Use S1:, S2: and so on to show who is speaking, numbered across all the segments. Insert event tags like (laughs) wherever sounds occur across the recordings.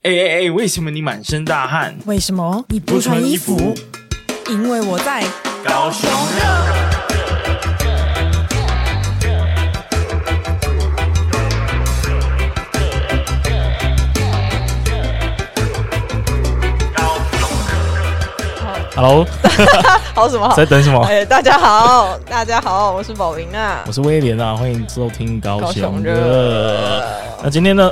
S1: 哎哎哎，为什么你满身大汗？
S2: 为什么你不穿衣服？因为我在。
S1: 高雄
S3: ？Hello，
S4: 好什么好？
S3: 在等什么？
S4: 哎，大家好，大家好，我是宝琳娜
S3: 我。是威廉啊，欢迎收听高
S4: 高
S3: 雄
S4: 雄
S3: 热
S4: 热。
S3: 那今天呢，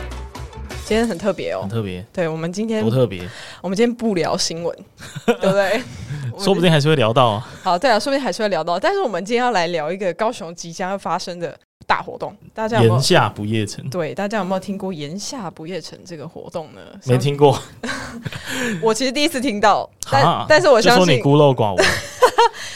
S4: 今天很特别哦
S3: 很，特别，
S4: 对我们今天
S3: 多特别，
S4: 我们今天不聊新
S3: (laughs)
S4: 闻，对不对？
S3: 说不定还是会聊到啊。
S4: 好，对啊，说不定还是会聊到，但是我们今天要来聊一个高雄即将要发生的大活动，大家有没
S3: 炎
S4: 有？
S3: 夏不夜城，
S4: 对，大家有没有听过“炎夏不夜城”这个活动呢？
S3: 没听过，
S4: 像， (laughs) 我其实第一次听到，但
S3: 哈
S4: 但是我
S3: 就
S4: 相
S3: 说你
S4: 信，
S3: 孤
S4: (laughs)
S3: 陋寡闻，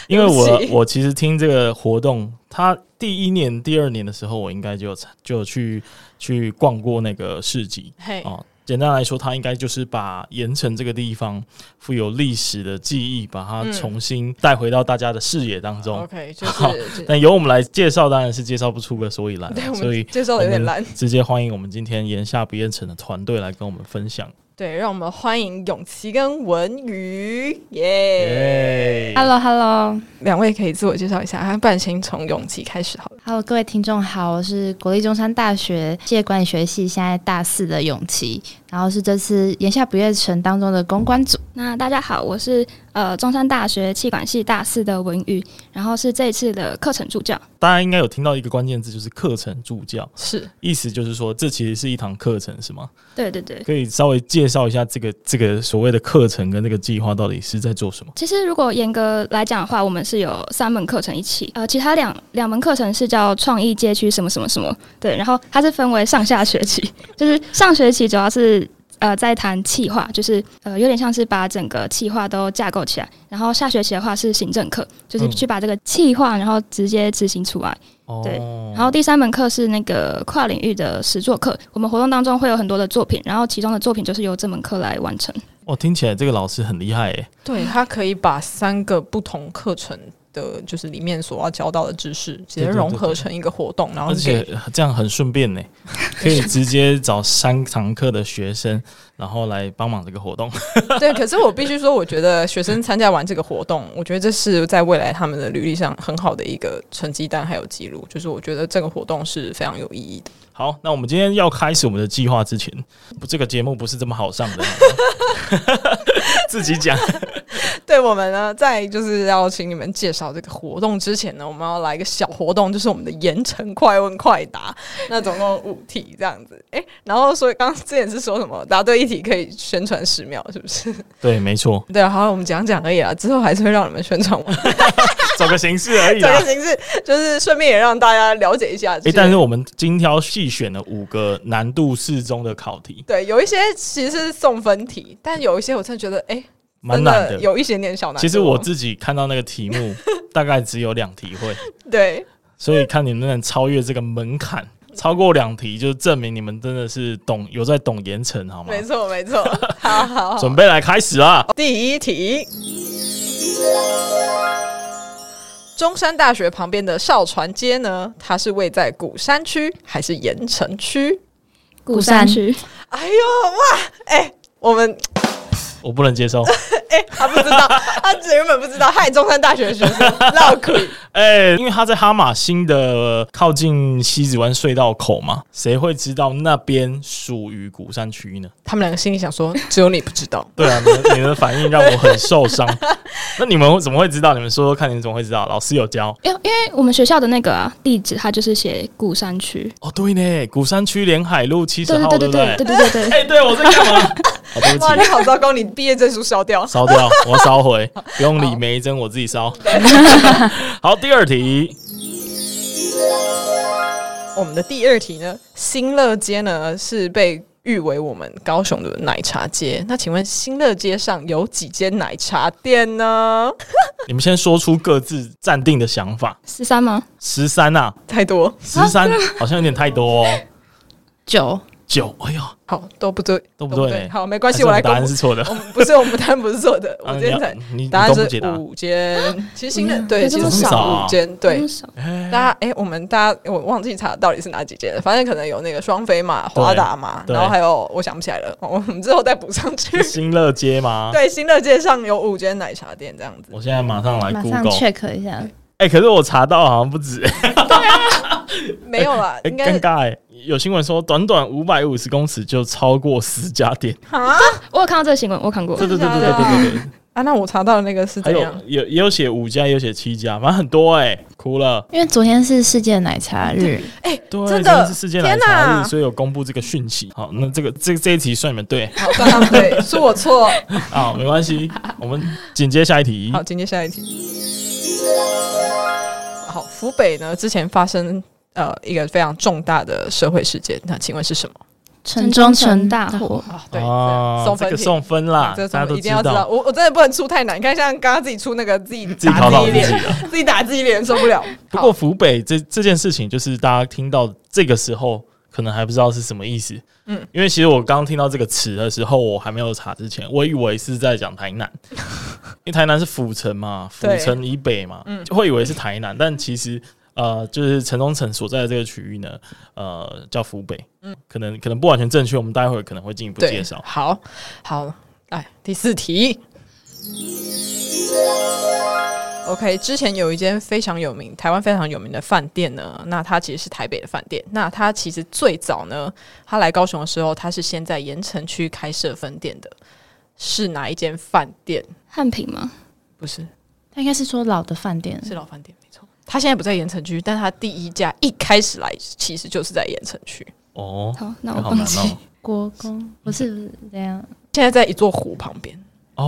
S3: 因为
S4: 对不起
S3: 我我其实听这个活动，它第一年、第二年的时候，我应该就有参就有去去逛过那个市集
S4: 嘿，
S3: 哦。简单来说，它应该就是把盐城这个地方富有历史的记忆，把它
S4: 嗯
S3: 重新带回到大家的视野当中。
S4: 哦 OK，就
S3: (laughs) 好
S4: 是就
S3: 但由我们来介绍，当然是介绍不出个所以然啊
S4: 对，我
S3: 所以
S4: 们介绍的有点烂。
S3: 直接欢迎我们今天炎夏不夜城的团队来跟我们分享。
S4: 对，让我们欢迎永琪跟文宇，耶、
S3: 耶
S5: Hello Hello
S4: 两位可以自我介绍一下，啊不然先从永琪开始好了。
S5: Hello，各位听众好，我是国立中山大学企业管理学系现在大四的永琪，然后是这次炎夏不夜城当中的公关组。
S6: 那大家好，我是呃中山大学气管系大四的文宇，然后是这一次的课程助教。
S3: 大家应该有听到一个关键字，就是课程助教，
S4: 是
S3: 意思就是说这其实是一堂课程，是吗？
S6: 对对对，
S3: 可以稍微介绍一下这个这个所谓的课程跟这个计划到底是在做什么？
S6: 其实如果严格来讲的话，我们是有三门课程一起，呃，其他两两门课程是叫创意街区什么什么什么，对，然后它是分为上下学期，就是上学期主要是。呃，在谈企划，就是呃，有点像是把整个企划都架构起来，然后下学期的话是行政课，就是
S3: 嗯
S6: 去把这个企划，然后直接执行出来。对
S3: 哦
S6: 然后第三门课是那个跨领域的实作课，我们活动当中会有很多的作品，然后其中的作品就是由这门课来完成。
S3: 哦，听起来这个老师很厉害诶。
S4: 对他可以把三个不同课程的，就是里面所要教到的知识，直接
S3: 对对
S4: 融合成一个活动，然后
S3: 而
S4: 是给
S3: 且这样很顺
S4: (laughs)
S3: 便呢，可以直接找三堂课的学生，然后来帮忙这个活动。 (laughs)
S4: 对，可是我必须说，我觉得学生参加完这个活动，我觉得这是在未来他们的履历上很好的一个成绩单还有记录。就是我觉得这个活动是非常有意义的。
S3: 好，那我们今天要开始我们的计划之前，不，这个节目不是这么好上的， (laughs) 自己 (laughs) 讲。
S4: 对我们呢，在就是要请你们介绍这个活动之前呢，我们要来一个小活动，就是我们的盐城快问快答，那总共五题这样子。 (laughs) 哎、然后所以刚之前是说什么答对一题可以宣传十秒，是不是？
S3: 对，没错，
S4: 对，啊好，我们讲讲而已啦，啊之后还是会让你们宣传 (laughs) 完
S3: 走个形式而
S4: (laughs)
S3: 已
S4: 这
S3: 啦
S4: 个。形式，就是顺便也让大家了解一下。
S3: 诶、但是我们精挑细选了五个难度适中的考题，
S4: 对，有一些其实是送分题，但有一些我真的觉得，哎、
S3: 蛮
S4: 真
S3: 难
S4: 的
S3: 的。
S4: 有一点点小难度哦。
S3: 其实我自己看到那个题目， (laughs) 大概只有两题会，
S4: 对
S3: 所以看你们能不能超越这个门槛，超过两题就证明你们真的是懂，有在懂盐城，好吗
S4: 没？错，没 (laughs) 错，好好好。
S3: 准备来开始啊啦！
S4: 第一题，中山大学旁边的少船街呢，它是位在鼓山区还是盐城区？
S5: 鼓山
S6: 区，
S4: 哎呦哇，哎、我们
S3: 我不能接受。 (laughs)
S4: 哎、他不知道， (laughs) 他原本不知道，害中山大学的学生 (laughs) 闹鬼。
S3: 哎、因为它在哈马星的靠近西子湾隧道口嘛，谁会知道那边属于鼓山区呢？
S4: 他们两个心里想说，只有你不知道。
S3: 对啊，你们你们的反应让我很受
S6: (laughs)
S3: 伤。那你们怎么会知道？你们说说看，你们怎么会知道？老师有教
S6: 因为因为我们学校的那个、啊、地址，它就是写鼓山区。
S3: 哦。对呢，鼓山区连海路七十
S6: 对
S3: 号，
S6: 对
S3: 对不
S6: 对对
S3: 对？
S6: 对对对
S3: (laughs)
S6: 对。
S3: 哎、对我在干嘛？哦，对不
S4: 哇，你
S3: 起，
S4: 好糟糕，你毕业证书烧掉。
S3: 烧掉，我烧回，不用理梅珍，我自己烧。好，第二题，
S4: 我们的第二题呢，新乐街呢是被誉为我们高雄的奶茶街。那请问新乐街上有几间奶茶店呢？
S3: 你们先说出各自暂定的想法。
S6: 十三吗？
S3: 十三啊，
S4: 太多，
S3: 十三好像有点太多哦。
S5: 九
S3: 九，哎呀，
S4: 好，都不对，
S3: 都不
S4: 对，
S3: 对
S4: 好，没关
S3: 还
S4: 系，
S3: 是
S4: 我来
S3: 们答
S4: 公
S3: 案
S4: 布。
S3: 是错的。
S4: 我们不是我们答案不是错
S3: (laughs)
S4: 的，我
S3: 啊
S4: 今天才
S3: 你要你你
S4: 答案
S3: 公布解
S4: 是
S3: 答，
S4: 五间，其实新的对，
S6: 有
S4: 其
S6: 嗯这
S4: 实
S6: 么
S4: 是
S3: 少啊
S4: 五间，对
S6: 嗯，少
S3: 哎
S4: 大家哎、我们大家我忘记查到底是哪几间了，反正可能有那个双飞嘛、
S3: 对
S4: 华达嘛，
S3: 对
S4: 然后还有我想不起来了，我们之后再补上
S3: (laughs)
S4: 去。
S3: 新乐街吗？，
S4: 对，新乐街上有五间奶茶店这样子，
S3: 我现在马上来
S5: 马上
S3: Google。
S5: check 一下，
S3: 哎，可是我查到好像不止，
S4: 没有啦，
S3: 哎
S4: 应该
S3: 尴尬哎。有新闻说，短短五百五十公尺就超过十家店。
S4: 啊
S6: 我有看到这个新闻，我有看过。
S3: 对对对
S4: 真
S3: 对
S4: 的
S3: 对
S4: 假的
S3: 对对对。
S4: 啊，那我查到的那个是
S3: 还
S4: 怎样
S3: 有？有也有写五家，也有写七家，反正很多哎，哭了。
S5: 因为昨天是世界奶茶日，
S3: 对，
S4: 真的
S3: 今天是世界奶
S4: 天
S3: 茶日，
S4: 哪
S3: 所以有公布这个讯息。好，那这个这这一题算你们对
S4: 好，算他们 (laughs) 对，是我错。
S3: 啊，没关系，我们紧接下一题。
S4: 好，紧接下一题。好，福北呢之前发生呃一个非常重大的社会事件，那请问是什么
S5: 城中城大火，
S4: 啊？对，
S3: 啊，
S4: 送
S3: 这
S4: 分
S3: 个
S4: 题。
S3: 送分啦，
S4: 这
S3: 大家
S4: 什
S3: 都
S4: 么一定要知道，
S3: 道，
S4: 我我真的不能出太难。你看，像刚刚自己出那个自己
S3: 自己
S4: 打
S3: 考到
S4: 自
S3: 自
S4: 己
S3: 己
S4: 脸，
S3: 了。
S4: (laughs) 自己打自己脸受不了。
S3: 不过
S4: 好
S3: 福北这这件事情，就是大家听到这个时候，可能还不知道是什么意思。嗯
S4: 嗯，
S3: 因为其实我刚听到这个词的时候，我还没有查之前，我以为是在讲台南，因为台南是府城嘛，府
S4: 对
S3: 城以北嘛，就会以为是台南，但其实。呃，就是城中城所在的这个区域呢，呃，叫福北，嗯，可能可能不完全正确，我们待会儿可能会进一步
S4: 对，
S3: 介绍。
S4: 好，好，来第四题。OK，之前有一间非常有名，台湾非常有名的饭店呢，那它其实是台北的饭店。那它其实最早呢，它来高雄的时候，它是先在盐城区开设分店的，是哪一间饭店？
S6: 汉平吗？
S4: 不是，
S5: 他应该是说老的饭店，
S4: 是老饭店，没错。它现在不在盐城区，但它第一家一开始来其实就是在盐城区，
S3: 哦，
S6: 好，那我
S3: 好难
S6: 忘记。
S5: 国公不是不是这样，
S4: 现在在一座湖旁边。
S3: 哦，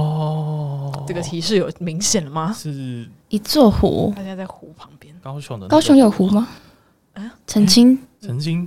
S3: 哦，
S4: 这个提示有明显了吗？
S3: 是
S5: 一座湖，
S4: 大家在湖旁边。
S3: 高雄的那个
S6: 高雄有湖吗？
S5: 澄清
S3: 曾经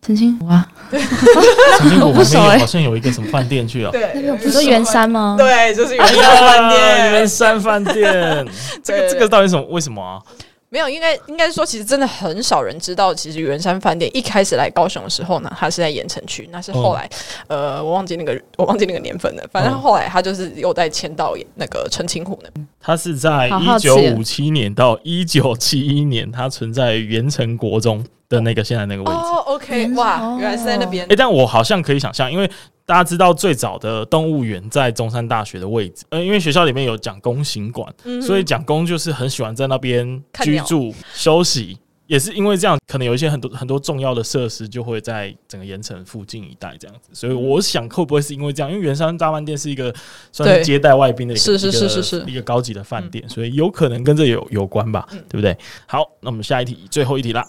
S5: 澄清湖啊，
S3: 曾经我
S5: 不
S3: 旁
S5: 熟
S3: 边有
S5: 欸
S3: 好像有一个什么饭店去了。哦
S6: 那
S4: 对
S6: 边有
S5: 你说圆山吗？
S4: 对，就是原
S3: 哎
S4: 山
S3: 呀
S4: 饭店。
S3: (laughs) 你们山饭店，这个
S4: 对
S3: 这个到底什么？为什么啊？
S4: 没有，应该应该说，其实真的很少人知道，其实圆山饭店一开始来高雄的时候呢，它是在盐城区，那是
S3: 哦
S4: 后来、呃，我忘记那个我忘记那个年份了，反正
S3: 嗯
S4: 后来它就是又再迁到那个澄清湖那边。
S3: 它是在
S5: 好
S3: 一
S5: 好奇
S3: 九
S5: 哦
S3: 五七年到一九七一年，它存在于元成国中的那个现在那个位置。
S4: 哦，OK，
S5: 原来
S4: 哇
S5: 哦，
S4: 原来是在那边
S3: 哎、。但我好像可以想象，因为大家知道最早的动物园在中山大学的位置，呃，因为学校里面有讲公行馆，
S4: 嗯
S3: 所以蒋公就是很喜欢在那边
S4: 看
S3: 居
S4: 鸟
S3: 住休息。也是因为这样，可能有一些很多很多重要的设施就会在整个盐城附近一带这样子，所以我想会不会是因为这样？因为圆山大饭店是一个算是
S4: 对
S3: 接待外宾的一个
S4: 是是
S3: 一个
S4: 是是是嗯
S3: 一个高级的饭店，所以有可能跟这有有关吧，对不对？好，那我们下一题，最后一题啦。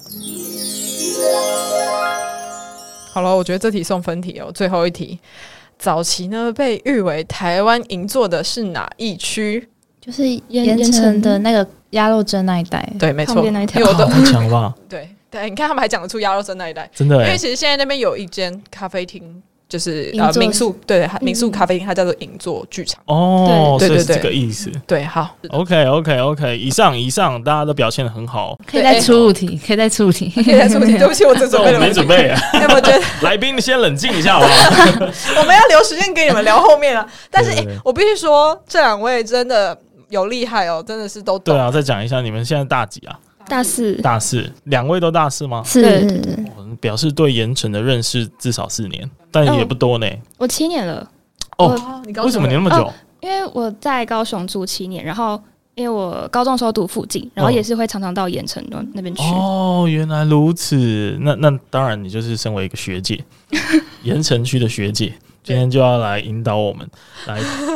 S4: 好了，我觉得这题送分题哦，最后一题。早期呢，被誉为台湾银座的是哪一区？
S5: 就是盐城的那个鸭肉蒸那一带，
S4: 对，没
S6: 旁
S4: 错，
S6: 边那一条
S4: 因为我
S3: 好
S4: 都
S3: 强吧，
S4: 对对，你看他们还讲得出鸭肉蒸那一带，
S3: 真的
S4: 因
S3: 哎、
S4: 为其实现在那边有一间咖啡厅，就是
S6: 银
S4: 呃
S6: 座嗯
S4: 民宿，对，民宿咖啡厅，它叫做银座剧场。
S3: 哦，
S4: 对对
S3: 所以是
S4: 对
S3: 这
S4: 对
S3: 个意思。
S4: 对，好，
S6: (laughs)
S3: OK OK OK，以上以上大家都表现的
S4: (laughs)
S3: 很好，
S5: 可以再出五题，可以再出五题，
S4: 可以来出
S5: (laughs)
S4: 题。对不起，我只
S3: 这
S4: 准
S3: 我
S4: 备了，
S3: 没准。备啊，
S4: 哎，我觉得
S3: 来宾先冷静一下好不好？
S4: 我们要留时间给你们聊后面
S3: (laughs)
S4: 了。但是，
S3: 对对
S4: 哎，我必须说，这两位真的有厉害哦，真的是都
S3: 对
S4: 懂。
S3: 啊，再讲一下，你们现在大几啊？
S6: 大四，
S3: 大四，两位都大四吗？
S5: 是
S6: 对
S5: 是是
S3: 我表示对盐城的认识至少四年，但也不多呢。
S6: 我七年了。
S3: 哦
S6: 我
S4: 哦，你告
S3: 为
S4: 诉
S3: 什
S4: 我
S3: 么你那么久？
S6: 因为我在高雄住七年，然后因为我高中的时候读附近，然后
S3: 哦
S6: 也是会常常到盐城那那边去。
S3: 哦，原来如此。那那当然，你就是身为一个学姐，盐城区的学姐，今天就要来引导我们来 (laughs)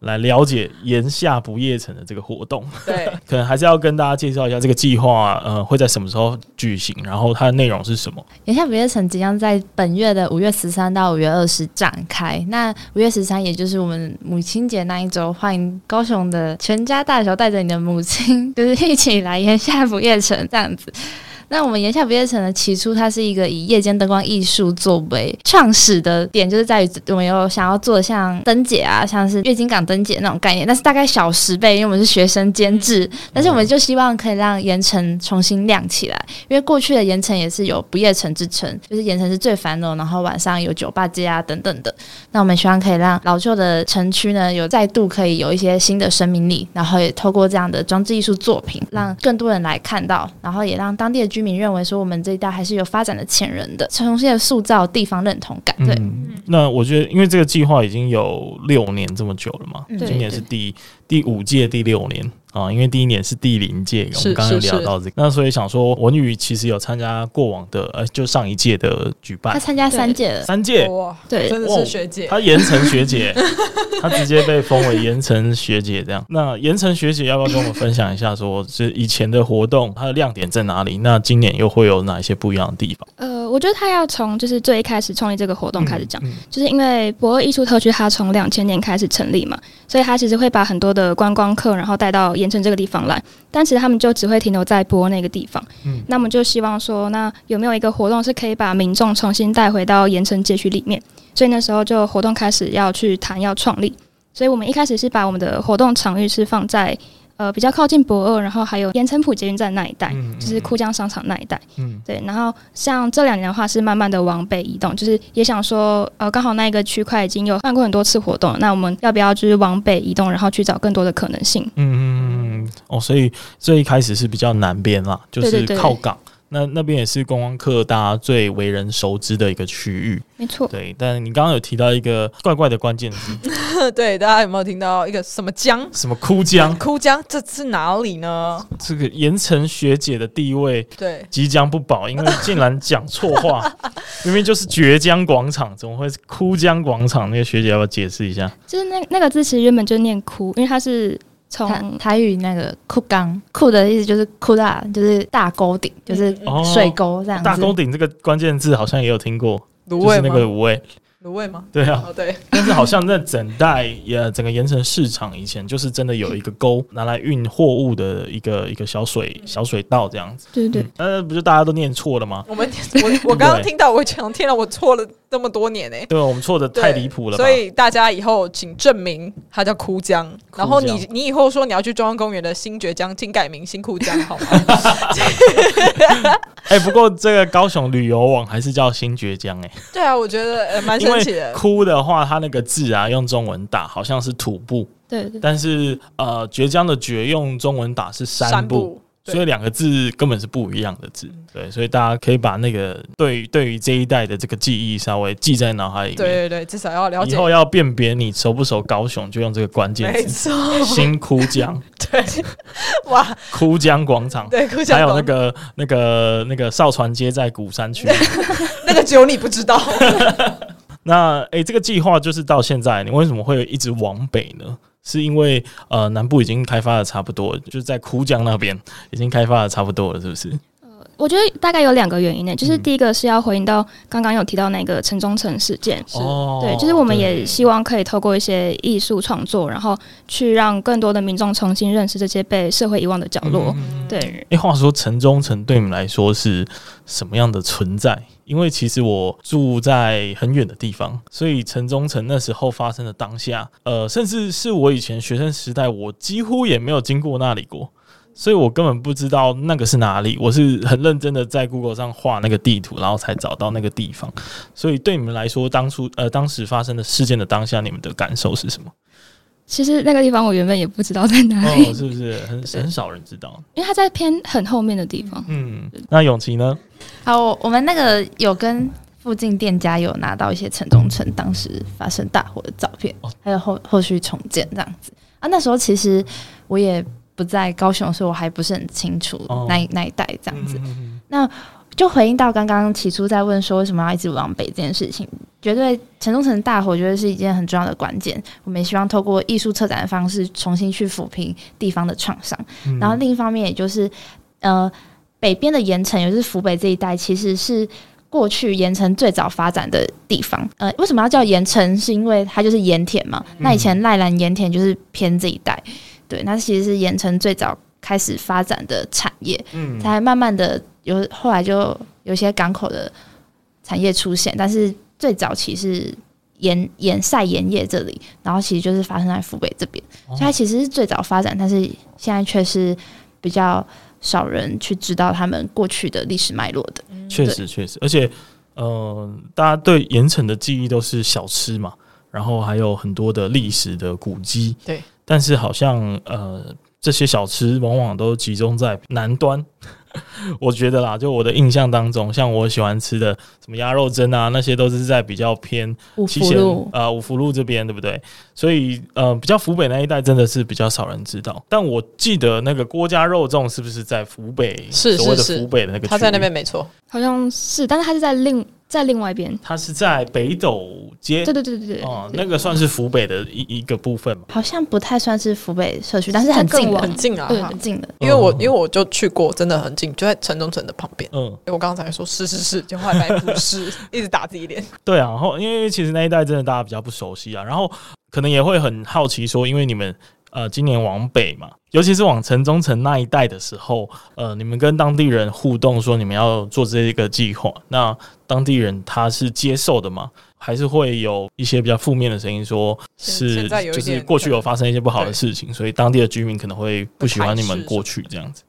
S3: 来了解盐夏不夜城的这个活动。
S4: 对，
S3: (laughs) 可能还是要跟大家介绍一下这个计划，呃，会在什么时候举行，然后它的内容是什么。
S5: 眼下不夜城即将在本月的五月十三到五月二十展开。那五月十三，也就是我们母亲节那一周，欢迎高雄呃的全家大小带着你的母亲，就是一起来眼下不夜城这样子。那我们炎夏不夜城呢，起初它是一个以夜间灯光艺术作为创始的点，就是在于我们有想要做像灯节啊，像是月经港灯节那种概念，但是大概小十倍，因为我们是学生监制，但是我们就希望可以让盐城重新亮起来，因为过去的盐城也是有不夜城之称，就是盐城是最繁荣，然后晚上有酒吧街啊等等的。那我们希望可以让老旧的城区呢，有再度可以有一些新的生命力，然后也透过这样的装置艺术作品，让更多人来看到，然后也让当地的居民认为说，我们这一带还是有发展的潜能的，重新的塑造地方认同感。对，
S3: 嗯，那我觉得，因为这个计划已经有六年这么久了嘛，
S5: 嗯
S3: 今年是第第五届第六年啊，因为第一年是第零届，我
S4: 是
S3: 们刚刚有
S4: 是
S3: 聊
S4: 是
S3: 到这个，那所以想说，文宇其实有参加过往的，呃，就上一届的举
S5: 他
S3: 办
S5: 参加三届了，
S3: 三届，
S4: 哇，
S6: 对
S4: 真的
S3: 哇
S4: 是学姐，
S3: 她盐城学姐， (laughs) 她直接被封为盐城学姐这样。那盐城学姐要不要跟我们分享一下说是以前的活动它的亮点在哪里？那今年又会有哪一些不一样的地方？
S6: 呃，我觉得他要从就是最一开始创立这个活动开始讲，
S3: 嗯嗯
S6: 就是因为博尔艺术特区它从两千年开始成立嘛，所以它其实会把很多的观光客然后带到盐城这个地方来，但其实他们就只会停留在博尔那个地方。
S3: 嗯
S6: 那我们就希望说，那有没有一个活动是可以把民众重新带回到盐城街区里面？所以那时候就活动开始要去谈要创立，所以我们一开始是把我们的活动场域是放在呃比较靠近博尔，然后还有盐城浦捷运站那一带，
S3: 嗯
S6: 就是库江商场那一带。
S3: 嗯
S6: 对，然后像这两年的话是慢慢的往北移动，就是也想说，呃，刚好那一个区块已经有办过很多次活动了，那我们要不要就是往北移动，然后去找更多的可能性？
S3: 嗯嗯嗯嗯哦，所以最一开始是比较南边啦，就
S6: 对
S3: 是
S6: 对对
S3: 靠港。那那边也是观光客大家最为人熟知的一个区域，
S6: 没错，
S3: 对。但你刚刚有提到一个怪怪的关键字，
S6: (laughs)
S4: (laughs) 对，大家有没有听到一个什么江？
S3: 什么枯江？
S4: 枯江，这是哪里呢？
S3: 这个盐城学姐的地位
S4: 对，
S3: 即将不保，因为竟然讲错
S6: (laughs)
S3: 话，明明就是绝江广场，怎么会是枯江广场？那个学姐要不要解释一下？
S6: 就是那那个字其实原本就念哭，因为它是从
S5: 台台语那个酷冈酷的意思就是酷大，就是大沟顶，就是
S3: 哦
S5: 水沟这样子。
S3: 大沟顶这个关键字好像也有听过，
S4: 芦
S3: 就
S4: 苇
S3: 是那
S4: 吗？
S3: 个五味，
S4: 芦苇吗？
S3: 对啊，
S4: 哦，对，
S3: 但是好像在整代也整个盐城市场以前就是真的有一个沟拿来运货物的一个一个小水小水道这样子，
S6: 对对对
S3: 嗯，那不就大家都念错了吗？
S4: 我们我我刚刚听到，我想天啊，我错了这么多年呢、
S3: 对，我们错的
S4: 对
S3: 太离谱了吧
S4: 所？以大家以后请证明它叫枯江，然后你你以后说你要去中央公园的新爵江，请改名新枯江，好吗？ (laughs)
S3: 哎、不过这个高雄旅游网还是叫新爵江哎、
S4: 对啊，我觉得呃蛮
S3: 因
S4: 神
S3: 为
S4: 奇的。
S3: 哭的话，它那个字啊用中文打好像是土布，
S6: 对
S4: 嗯
S6: 对
S3: 但是呃绝江的绝用中文打是山布，
S4: 步，对嗯
S3: 所以两个字根本是不一样的字，对，所以大家可以把那个对于对于这一代的这个记忆稍微记在脑海里面。
S4: 对对对，至少要了
S3: 以
S4: 解。
S3: 后要辨别你熟不熟高雄，就用这个关键
S4: 没
S3: 字：
S4: 错，
S3: 新枯
S4: (laughs)
S3: 江、
S4: 对， (laughs) 哇，
S3: 枯江广场，
S4: 对，枯江
S3: 还有
S4: 广
S3: 那个那个那个少船街在鼓山
S4: (laughs)
S3: 区。
S4: 那个只有你不知道，
S3: 那诶、这个计划就是到现在，你为什么会一直往北呢？是因为呃南部已经开发的差不多了，就是在枯江那边已经开发的差不多了，是不是？
S6: 我觉得大概有两个原因呢，就是
S3: 嗯
S6: 第一个是要回应到刚刚有提到那个城中城事件，
S3: 哦
S6: 对，就是我们也希望可以透过一些艺术创作，然后去让更多的民众重新认识这些被社会遗忘的角落。对，
S3: 哎、话说城中城对你们来说是什么样的存在？因为其实我住在很远的地方，所以城中城那时候发生的当下，呃，甚至是我以前学生时代，我几乎也没有经过那里过，所以我根本不知道那个是哪里。我是很认真的在 Google 上画那个地图，然后才找到那个地方。所以对你们来说，当初呃当时发生的事件的当下，你们的感受是什么？
S6: 其实那个地方我原本也不知道在哪里， (laughs)
S3: 哦，是不是很很少人知道？
S6: 因为它在偏很后面的地方。
S3: 嗯，那永琪呢？
S5: 好，我我们那个有跟附近店家有拿到一些城中城当时发生大火的照片
S3: 哦，
S5: 还有后后续重建这样子啊。那时候其实我也不在高雄，所以我还不是很清楚
S3: 哦
S5: 那一、那一带这样子。
S3: 嗯嗯嗯嗯
S5: 就回应到刚刚起初在问说为什么要一直往北这件事情，绝对城中城大火，我觉得是一件很重要的关键。我们也希望透过艺术策展的方式，重新去抚平地方的创伤。
S3: 嗯
S5: 然后另一方面，也就是呃，北边的盐城，也就是福北这一带，其实是过去盐城最早发展的地方。呃，为什么要叫盐城？是因为它就是盐田嘛。那以前赖兰盐田就是偏这一带，对，那其实是盐城最早开始发展的产业，
S3: 嗯
S5: 才慢慢的有后来就有些港口的产业出现，但是最早期是盐盐晒盐业这里，然后其实就是发生在湖北这边，所以它其实是最早发展，但是现在却是比较少人去知道他们过去的历史脉络的。
S3: 确实确实，而且呃，大家对盐城的记忆都是小吃嘛，然后还有很多的历史的古迹。
S4: 对，
S3: 但是好像呃，这些小吃往往都集中在南端。 (laughs) 我觉得啦，就我的印象当中，像我喜欢吃的什么鸭肉蒸啊，那些都是在比较偏
S5: 五
S3: 七
S5: 福
S3: 贤
S5: 路
S3: 啊、呃五福路这边，对不对？所以呃，比较湖北那一带真的是比较少人知道。但我记得那个郭家肉粽是不是在湖北？
S4: 是
S3: 所谓的
S4: 是是
S3: 湖北的那个，
S4: 他在那边。没错，
S6: 好像是，但是它是在另在另外一边。
S3: 它是在北斗街
S6: 对对对对对，
S3: 哦，那个算是湖北的一一个部分嘛。
S5: 好像不太算是湖北社区，但是很近
S6: 它更
S5: 的，
S6: 往
S4: 很近啊。
S5: 对，
S4: 哈
S5: 很近的。
S4: 因为我因
S3: 嗯
S4: 为我就去过，真的很近，就在城中城的旁边。
S3: 嗯，
S4: 我刚才说是是是，就后来来不是， (laughs) 一直打自己脸。
S3: 对啊，然后因为其实那一带真的大家比较不熟悉啊，然后可能也会很好奇说，因为你们呃今年往北嘛，尤其是往城中城那一带的时候，呃，你们跟当地人互动说你们要做这个计划，那当地人他是接受的吗？还是会有一些比较负面的声音说
S4: 现
S3: 是
S4: 现在有一
S3: 就
S4: 点
S3: 是过去有发生一些不好的
S4: 对
S3: 事情，所以当地的居民可能会不喜欢你
S4: 会排
S3: 们
S4: 斥
S3: 过去这样子。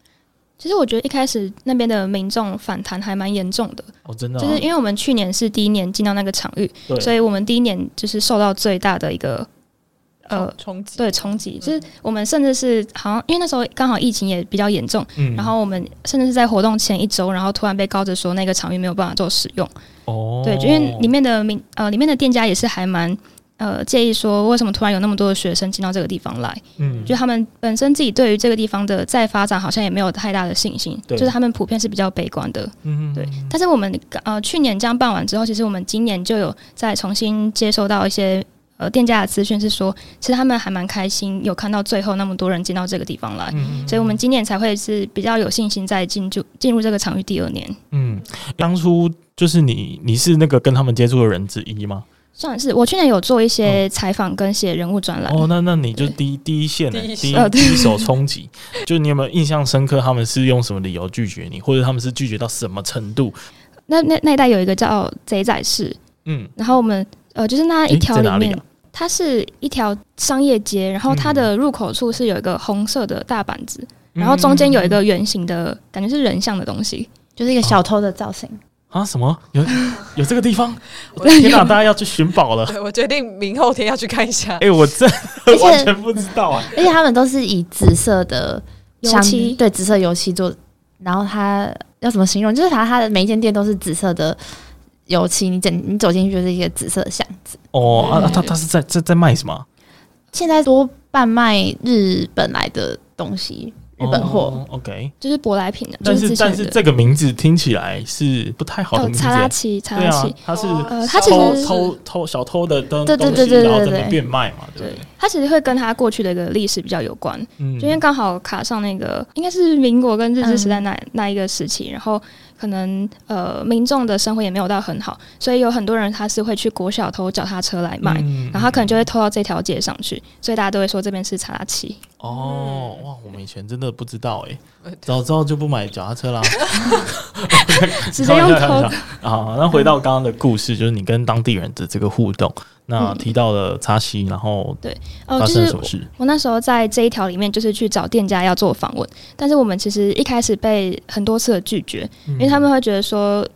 S6: 其实我觉得一开始那边的民众反弹还蛮严重的，
S3: 哦，真的、啊，
S6: 就是因为我们去年是第一年进到那个场域，
S3: 对
S6: 所以我们第一年就是受到最大的一个呃
S4: 冲冲击，
S6: 对冲
S3: 嗯
S6: 击，就是我们甚至是好像因为那时候刚好疫情也比较严重，
S3: 嗯
S6: 然后我们甚至是在活动前一周，然后突然被告知说那个场域没有办法做使用，
S3: 哦，
S6: 对，就因为里面的民呃里面的店家也是还蛮。呃，介意说为什么突然有那么多的学生进到这个地方来？
S3: 嗯
S6: 就他们本身自己对于这个地方的再发展好像也没有太大的信心，
S3: 对
S6: 就是他们普遍是比较悲观的。
S3: 嗯
S6: 对，但是我们呃去年这样办完之后，其实我们今年就有再重新接收到一些呃店家的资讯，是说其实他们还蛮开心，有看到最后那么多人进到这个地方来，
S3: 嗯
S6: 所以我们今年才会是比较有信心再进入进入这个场域第二年。
S3: 嗯，当初就是你，你是那个跟他们接触的人之一吗？
S6: 算是我去年有做一些采访跟写人物专栏，
S3: 嗯哦，那那你就第一第一线、
S4: 第
S3: 欸，
S4: 一
S3: 第
S4: 线
S3: 一
S6: 呃
S3: 第
S6: 对
S3: 一手冲击，就你有没有印象深刻？他们是用什么理由拒绝你，或者他们是拒绝到什么程度？
S6: 那那那一带有一个叫贼仔市，
S3: 嗯，
S6: 然后我们呃就是那一
S3: 诶
S6: 条
S3: 在
S6: 里
S3: 哪里
S6: 面。
S3: 啊嗯
S6: 它是一条商业街，然后它的入口处是有一个红色的大板子，然后中间
S3: 嗯
S6: 有一个圆形的，感觉是人像的东西。
S5: 就是一个小偷的造型，
S3: 啊什么有有这个地方？天哪，大家要去寻宝了！
S4: 对我决定明后天要去看一下。
S3: 哎、我真
S5: 而
S3: 的
S5: 且
S3: 完全不知道啊、
S5: 而且他们都是以紫色的
S6: 油
S5: 香
S6: 漆
S5: 对紫色油漆做，然后它要怎么形容？就是它它的每一间店都是紫色的油漆，你整你走进去就是一个紫色的巷子。
S3: 哦啊，啊他他是在在在卖什么啊？
S5: 现在多半卖日本来的东西，日本货。
S3: 哦，OK，
S6: 就是舶来品的，
S3: 但
S6: 就是是
S3: 但是
S6: 这
S3: 这个名字听起来是不太好的
S6: 哦，
S3: 名字、
S6: 查
S3: 欸
S6: 拉。奇，查
S3: 对
S6: 拉
S3: 啊
S6: 奇，，
S3: 他是
S6: 呃，它其
S3: 偷
S6: 实
S3: 偷偷小偷的东
S5: 对对
S3: 东
S5: 对
S3: 西，
S5: 对
S3: 然后
S5: 对
S3: 在那
S5: 对
S3: 边变卖嘛，对不
S6: 对
S3: 对？，
S6: 它其实会跟它过去的一个历史比较有关，
S3: 嗯
S6: 就因为刚好卡上那个应该是民国跟日治时代那、那一个时期，然后可能呃民众的生活也没有到很好，所以有很多人他是会去国小偷脚踏车来卖，
S3: 嗯
S6: 然后他可能就会偷到这条街上去，所以大家都会说这边是查拉
S3: (laughs)
S6: 奇。
S3: 哦，
S6: 嗯
S3: 哇，我们以前真的不知道哎
S4: 呃对，
S3: 早知道就不买脚踏车
S6: (laughs)
S3: 啦，
S6: 直接用
S3: 开玩笑
S6: 偷
S3: 开
S6: 的
S3: 玩笑啊。那回到刚刚的故事，就是你跟当地人的这个互动，那提到了擦西，然后
S6: 嗯哦，
S3: 发
S6: 就
S3: 生了
S6: 是
S3: 什么事？
S6: 我那时候在这一条里面，就是去找店家要做访问，但是我们其实一开始被很多次的拒绝，
S3: 嗯
S6: 因为他们会觉得说，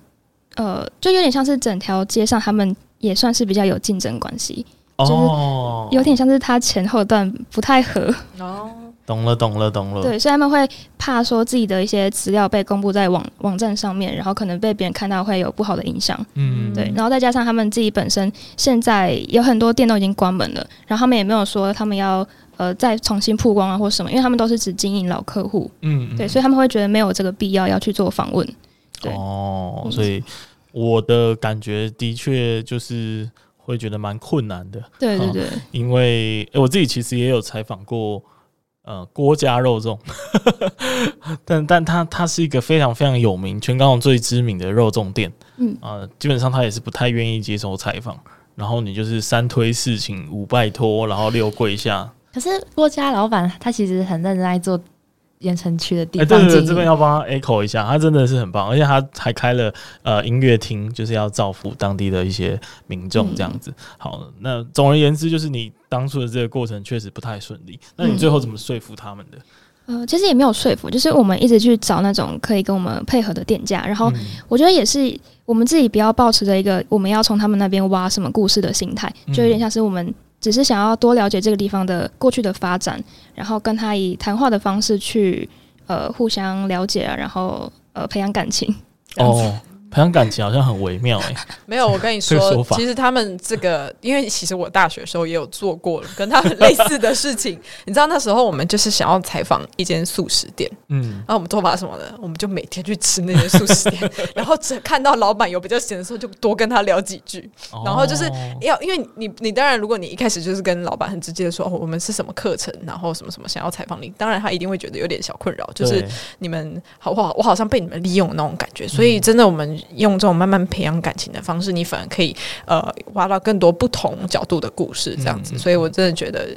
S6: 呃，就有点像是整条街上他们也算是比较有竞争关系，是
S3: 哦，
S6: 有点像是他前后段不太合，
S4: 哦，
S3: 懂了，懂了，懂了。
S6: 对，所以他们会怕说自己的一些资料被公布在网网站上面，然后可能被别人看到会有不好的影响，
S3: 嗯，
S6: 对，然后再加上他们自己本身现在有很多店都已经关门了，然后他们也没有说他们要呃再重新曝光啊或什么，因为他们都是只经营老客户，
S3: 嗯，嗯
S6: 对，所以他们会觉得没有这个必要要去做访问。对
S3: 哦，
S6: 嗯
S3: 所以我的感觉的确就是会觉得蛮困难的。
S6: 对对
S3: 哦
S6: 对，
S3: 因为、诶我自己其实也有采访过，呃，郭家肉粽， (laughs) 但但它它是一个非常非常有名，全港最知名的肉粽店，
S6: 嗯
S3: 啊、基本上他也是不太愿意接受采访。然后你就是三推四请五拜托，然后六跪下，
S5: 可是郭家老板他其实很认真在做盐城区的地
S3: 哎，
S5: 方
S3: 对
S5: 经营。
S3: 对对，这边要帮他 echo 一下，他真的是很棒，而且他还开了呃音乐厅，就是要造福当地的一些民众这样子。好，那总而言之，就是你当初的这个过程确实不太顺利，那你最后怎么说服他们的？
S6: 呃，其实也没有说服，就是我们一直去找那种可以跟我们配合的店家，然后我觉得也是我们自己不要抱持着一个我们要从他们那边挖什么故事的心态，就有点像是我们只是想要多了解这个地方的过去的发展，然后跟他以谈话的方式去呃互相了解啊，然后呃培养感情。 (laughs) 这样子，
S3: 哦，培养感情好像很微妙哎、
S4: 没有，我跟你
S3: 这个说
S4: 说，
S3: 法
S4: 其实他们这个，因为其实我大学的时候也有做过跟他们类似的事情。你知道那时候我们就是想要采访一间素食店，
S3: 嗯，
S4: 然后我们做法什么的，我们就每天去吃那间素食
S3: (laughs)
S4: 店，然后只看到老板有比较闲的时候，就多跟他聊几句。然后就是
S3: 哦
S4: 要，因为你你你当然，如果你一开始就是跟老板很直接的说、哦、我们是什么课程，然后什么什么想要采访你，当然他一定会觉得有点小困扰，就是
S3: 对
S4: 你们好不好？我好像被你们利用那种感觉，所
S3: 嗯
S4: 以真的，我们用这种慢慢培养感情的方式，你反而可以呃挖到更多不同角度的故事，这样子。
S3: 嗯嗯
S4: 所以我真的觉得，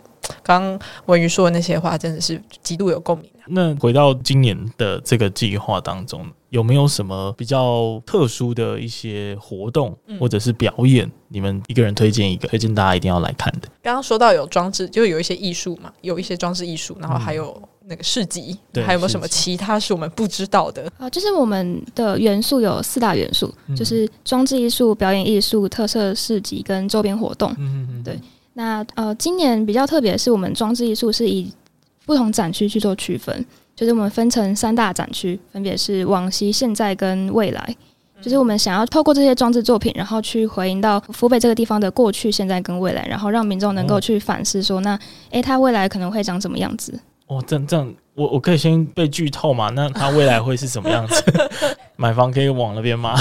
S4: 刚刚文瑜说的那些话真的是极度有共鸣、啊。
S3: 那回到今年的这个计划当中，有没有什么比较特殊的一些活动或者是表演？你们一个人推荐一个，推荐大家一定要来看的。
S4: 刚刚说到有装置，就是有一些艺术嘛，有一些装置艺术，然后还有那个市集，
S3: 嗯对
S4: 还有没有什么
S3: 市集
S4: 其他是我们不知道的？
S6: 啊，就是我们的元素有四大元素，
S3: 嗯
S6: 就是装置艺术、表演艺术、特色市集跟周边活动。
S3: 嗯嗯
S6: 对那呃，今年比较特别的是，我们装置艺术是以不同展区去做区分，就是我们分成三大展区，分别是往昔、现在跟未来。就是我们想要透过这些装置作品，然后去回应到福北这个地方的过去、现在跟未来，然后让民众能够
S3: 哦
S6: 去反思说，那诶，它未来可能会长什么样子？
S3: 哦，这样这样，我我可以先被剧透嘛？那他未来会是什么样
S5: (laughs)
S3: 子？买房可以往那边吗？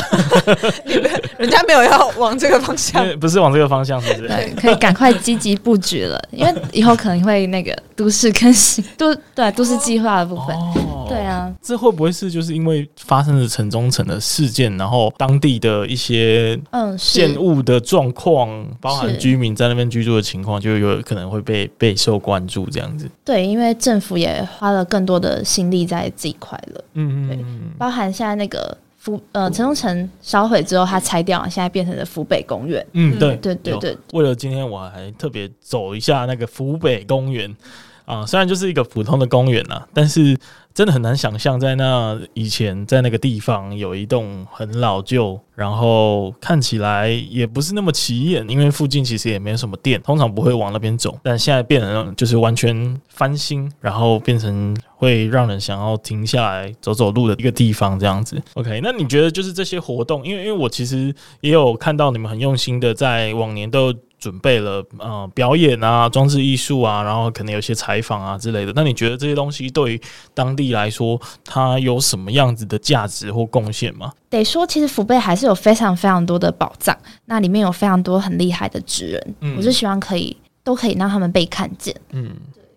S4: 人家没有要往这个方
S3: 因
S4: 向
S3: 为不是往这个方向，是不是？
S5: 对，可以赶快积极布局了，因为以后可能会那个都市更新，都对都市计划的部分，
S3: 哦
S5: 对。啊，
S3: 这会不会是就是因为发生了城中城的事件，然后当地的一些
S5: 嗯，
S3: 建
S5: 是
S3: 物的状况，包含
S5: 是
S3: 居民在那边居住的情况，就有可能会被备受关注这样子。
S5: 对，因为政府也花了更多的心力在这一块了，
S3: 嗯
S5: 对
S3: 嗯
S5: 包含现在那个福呃城中城烧毁之后，它拆掉，现在变成了福北公园，
S3: 嗯，对
S5: 对对
S3: 有
S5: 对
S3: 为了今天我还特别走一下那个福北公园啊、虽然就是一个普通的公园啊，但是真的很难想象在那以前在那个地方有一栋很老旧，然后看起来也不是那么起眼，因为附近其实也没有什么店，通常不会往那边走，但现在变成就是完全翻新，然后变成会让人想要停下来走走路的一个地方这样子。OK，那你觉得就是这些活动，因为因为我其实也有看到你们很用心的，在往年都有准备了呃表演啊、装置艺术啊，然后可能有些采访啊之类的。那你觉得这些东西对于当地来说，它有什么样子的价值或贡献吗？
S5: 得说，其实福贝还是有非常非常多的宝藏，那里面有非常多很厉害的职人，
S3: 嗯
S5: 我是希望可以都可以让他们被看见。
S3: 嗯，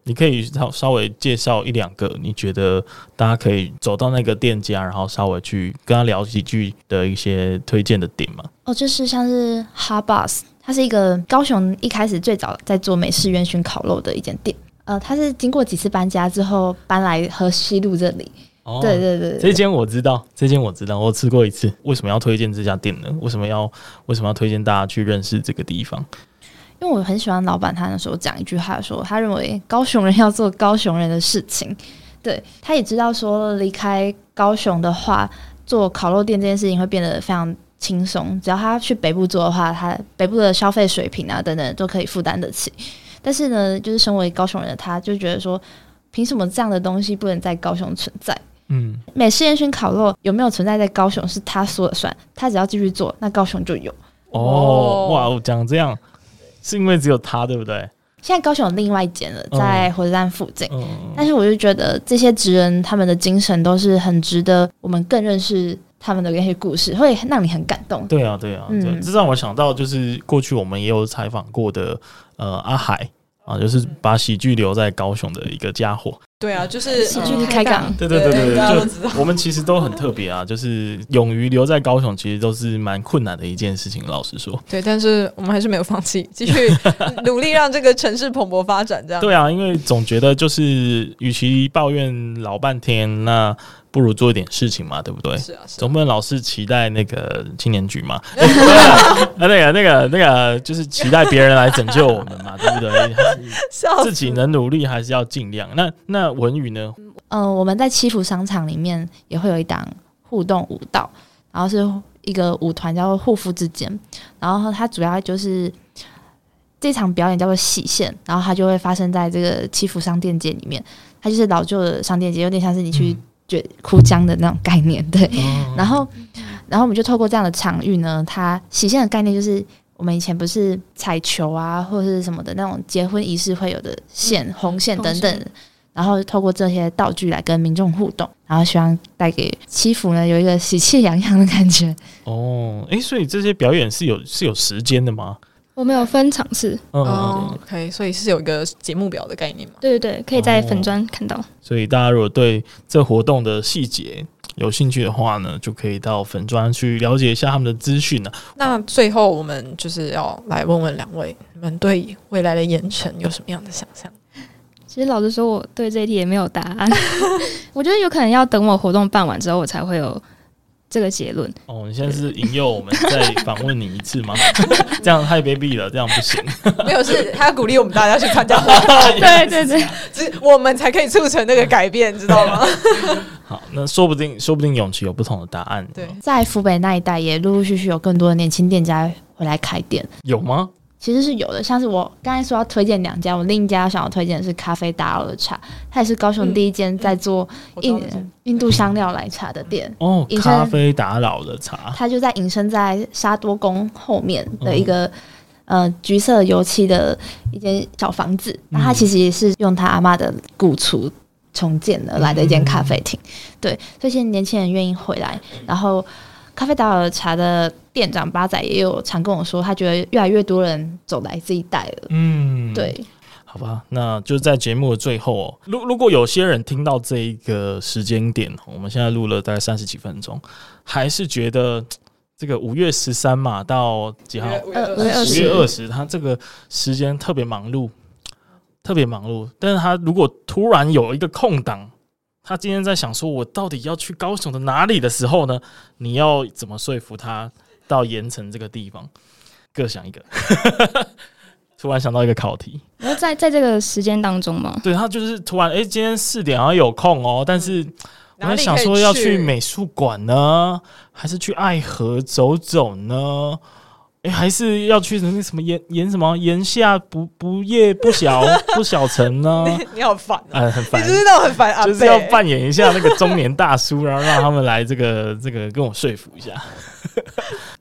S3: 你可以稍稍微介绍一两个，你觉得大家可以走到那个店家，然后稍微去跟他聊几句的一些推荐的点吗？
S5: 哦，就是像是哈巴斯，它是一个高雄一开始最早在做美式烟熏烤肉的一间店。呃，它是经过几次搬家之后搬来河西路这里。
S3: 哦
S5: 对对对
S3: 这
S5: 对，
S3: 间我知道，这间我知道，我吃过一次。为什么要推荐这家店呢？为什么要为什么要推荐大家去认识这个地方？
S5: 因为我很喜欢老板他那时候讲一句话说，他认为高雄人要做高雄人的事情。对，他也知道说离开高雄的话，做烤肉店这件事情会变得非常轻松。只要他去北部做的话，他北部的消费水平啊等等都可以负担得起。但是呢，就是身为高雄人的他，就觉得说，凭什么这样的东西不能在高雄存在？
S3: 嗯，
S5: 美式烟熏烤肉有没有存在在高雄是他说了算，他只要继续做，那高雄就有。
S3: 哦
S4: 哦，
S3: 哇，我讲这样是因为只有他，对不对？
S5: 现在高雄有另外一间了，在火车站附近。
S3: 嗯，
S5: 但是我就觉得这些职人他们的精神都是很值得我们更认识他们的那些故事，会让你很感动。
S3: 对啊，对啊，
S5: 嗯
S3: 对，这让我想到就是过去我们也有
S4: 嗯
S3: 采访过的呃阿海。啊，就是把喜剧留在高雄的一个家伙，
S4: 对啊，就是
S5: 喜
S4: 嗯
S5: 剧开港，
S3: 对对对对
S4: 大家都
S3: 对，
S4: 知道
S3: 就我们其实都很特别啊，就是勇于留在高雄，其实都是蛮困难的一件事情。老实说，
S4: 对，但是我们还是没有放弃，继
S3: (laughs)
S4: 续努力让这个城市蓬勃发展。这样，
S3: 对啊，因为总觉得就是，与其抱怨老半天，那不如做一点事情嘛，对不对？
S4: 是啊，是啊
S3: 总不能老是期待那个青年局嘛？啊，那个、那个、那个，就是期待别人来拯救我们嘛，对不对？
S4: 笑死
S3: 自己能努力还是要尽量。那那文宇呢？
S5: 嗯，我们在七浦商场里面也会有一档互动舞蹈，然后是一个舞团叫做护肤之间，然后它主要就是这场表演叫做喜线，然后它就会发生在这个七浦商店街里面，它就是老旧的商店街，有点像是你去觉哭江的那种概念，对。然后，然后我们就透过这样的场域呢，它喜线的概念就是。我们以前不是彩球啊，或者是什么的那种结婚仪式会有的线、嗯红线等等，然后透过这些道具来跟民众互动，然后希望带给七福呢有一个喜气洋洋的感觉。
S3: 哦，诶，所以这些表演是有是有时间的吗？
S6: 我们有分场次，
S3: 嗯，
S4: 哦，OK，所以是有一个节目表的概念嘛？
S6: 对对对，可以在
S3: 哦
S6: 粉砖看到。
S3: 所以大家如果对这活动的细节有兴趣的话呢，就可以到粉专去了解一下他们的资讯呢。
S4: 那最后我们就是要来问问两位，你们对未来的盐城有什么样的想象？
S6: 其实老实说，我对这一题也没有答案。 (laughs) 我觉得有可能要等我活动办完之后，我才会有这个结论。
S3: 哦，你现在是引诱我们再访问你一次吗？ (laughs) 这样太卑鄙了，这样不行。
S4: 没有，是他鼓励我们大家去参加，
S3: (laughs)
S6: 对对对，
S4: 只我们才可以促成那个改变，知道
S3: (laughs)
S4: 吗？
S3: 好，那说不定说不定永琪有不同的答案。
S4: 对，
S5: 在福北那一带也陆陆续续有更多的年轻店家回来开店，
S3: 有吗？
S5: 其实是有的。像是我刚才说要推荐两家，我另一家想要推荐的是咖啡打扰的茶，它也是高雄第一间在做
S4: 嗯我知道
S5: 印
S4: 那种
S5: 印度香料奶茶的店。
S3: 哦，
S5: 隐身
S3: 咖啡打扰了茶。
S5: 它就在隐身在沙多宫后面的一个、呃橘色油漆的一间小房子。那它其实也是用他阿妈的古厝重建而来的一间咖啡厅。对，所以现在年轻人愿意回来，然后。咖啡打扰茶的店长八仔也有常跟我说，他觉得越来越多人走来这一带了。
S3: 嗯，
S5: 对，
S3: 好吧，那就在节目的最后、哦，如如果有些人听到这一个时间点，我们现在录了大概三十几分钟，还是觉得嘖这个五月十三嘛到几号？
S5: 呃五月二
S3: 五
S5: 十
S3: 月二十，他这个时间特别忙碌，特别忙碌。但是他如果突然有一个空档，他今天在想说我到底要去高雄的哪里的时候呢？你要怎么说服他到盐城这个地方？各想一个。 (laughs) 突然想到一个考题，
S6: 然后在在这个时间当中嘛，
S3: 对他就是突然，哎、今天四点好像有空哦，但是我在想说要去美术馆呢，还是去爱河走走呢？哎、还是要去那个什么岩岩什么岩下不不夜不 (laughs) 小不小城呢？
S4: (laughs) 你你好烦啊！
S3: 哎、很
S4: 你
S3: 烦
S4: 就。是那种很烦啊，
S3: 就是要扮演一下那个中年大叔，然后让他们来这个这个跟我说服一下。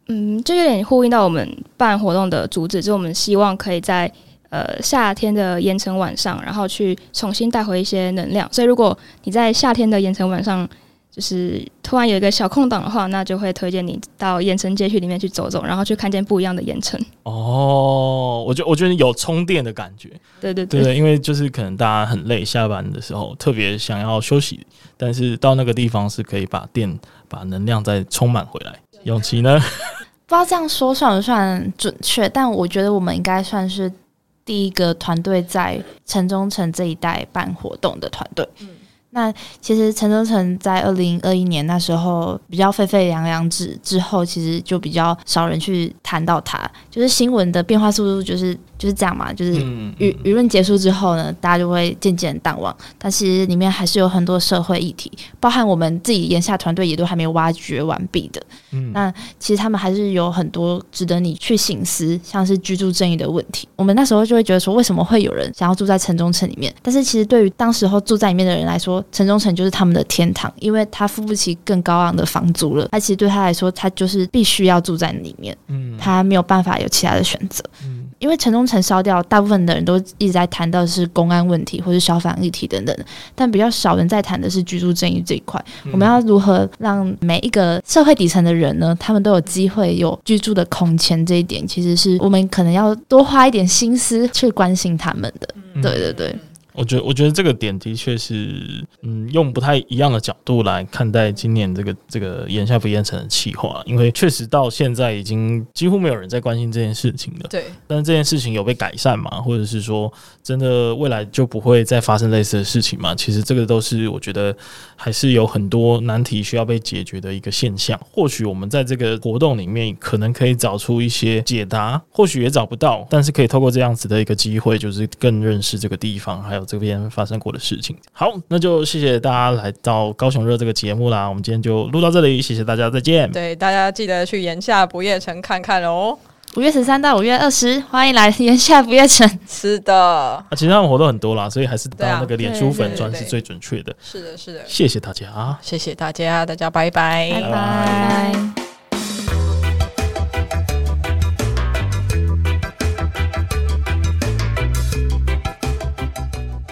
S6: 嗯，就有点呼应到我们办活动的主旨，就是我们希望可以在呃夏天的盐城晚上，然后去重新带回一些能量。所以如果你在夏天的盐城晚上，就是突然有一个小空档的话，那就会推荐你到盐城街区里面去走走，然后去看见不一样的盐城。
S3: 哦，我觉我觉得有充电的感觉，
S6: 对对
S3: 对对，因为就是可能大家很累，下班的时候特别想要休息，但是到那个地方是可以把电、把能量再充满回来。永琪呢？
S5: 不知道这样说算不算准确，但我觉得我们应该算是第一个团队在城中城这一带办活动的团队。那其实城中城在二零二一年那时候比较沸沸扬扬之之后，其实就比较少人去谈到它，就是新闻的变化速度就是就是这样嘛，就是
S3: 嗯
S5: 舆舆论结束之后呢，大家就会渐渐淡忘，但其实里面还是有很多社会议题，包含我们自己眼下团队也都还没有挖掘完毕的。
S3: 嗯
S5: 那其实他们还是有很多值得你去醒思，像是居住正义的问题。我们那时候就会觉得说，为什么会有人想要住在城中城里面？但是其实对于当时候住在里面的人来说，城中城就是他们的天堂，因为他付不起更高昂的房租了。他其实对他来说，他就是必须要住在里面，
S3: 嗯
S5: 他没有办法有其他的选择。
S3: 嗯
S5: 因为城中城烧掉，大部分的人都一直在谈到是公安问题或是消防议题等等，但比较少人在谈的是居住正义这一块。我们要如何让每一个社会底层的人呢，他们都有机会有居住的空间？这一点其实是我们可能要多花一点心思去关心他们的。对对对，
S3: 我觉得，我觉得这个点的确是，嗯，用不太一样的角度来看待今年这个这个眼下不厌城的企划，因为确实到现在已经几乎没有人在关心这件事情了。
S4: 对，
S3: 但是这件事情有被改善吗？或者是说，真的未来就不会再发生类似的事情吗？其实这个都是我觉得还是有很多难题需要被解决的一个现象。或许我们在这个活动里面，可能可以找出一些解答，或许也找不到，但是可以透过这样子的一个机会，就是更认识这个地方，还有这边发生过的事情。好，那就谢谢大家来到高雄热这个节目啦。我们今天就录到这里，谢谢大家，再见。
S4: 对，大家记得去炎夏不夜城看看哦。
S5: 五月十三到五月二十，欢迎来 (laughs) 炎夏不夜城。
S4: 是的，
S3: 啊，其实他们活动很多啦，所以还是到
S4: 对啊
S3: 那个脸书
S5: 对对
S3: 粉
S5: 对
S3: 专是
S4: 对
S3: 最准确的。
S4: 是的，是的。
S3: 谢谢大家。啊
S4: 谢谢大家，大家拜拜。
S5: 拜
S3: 拜
S5: 拜。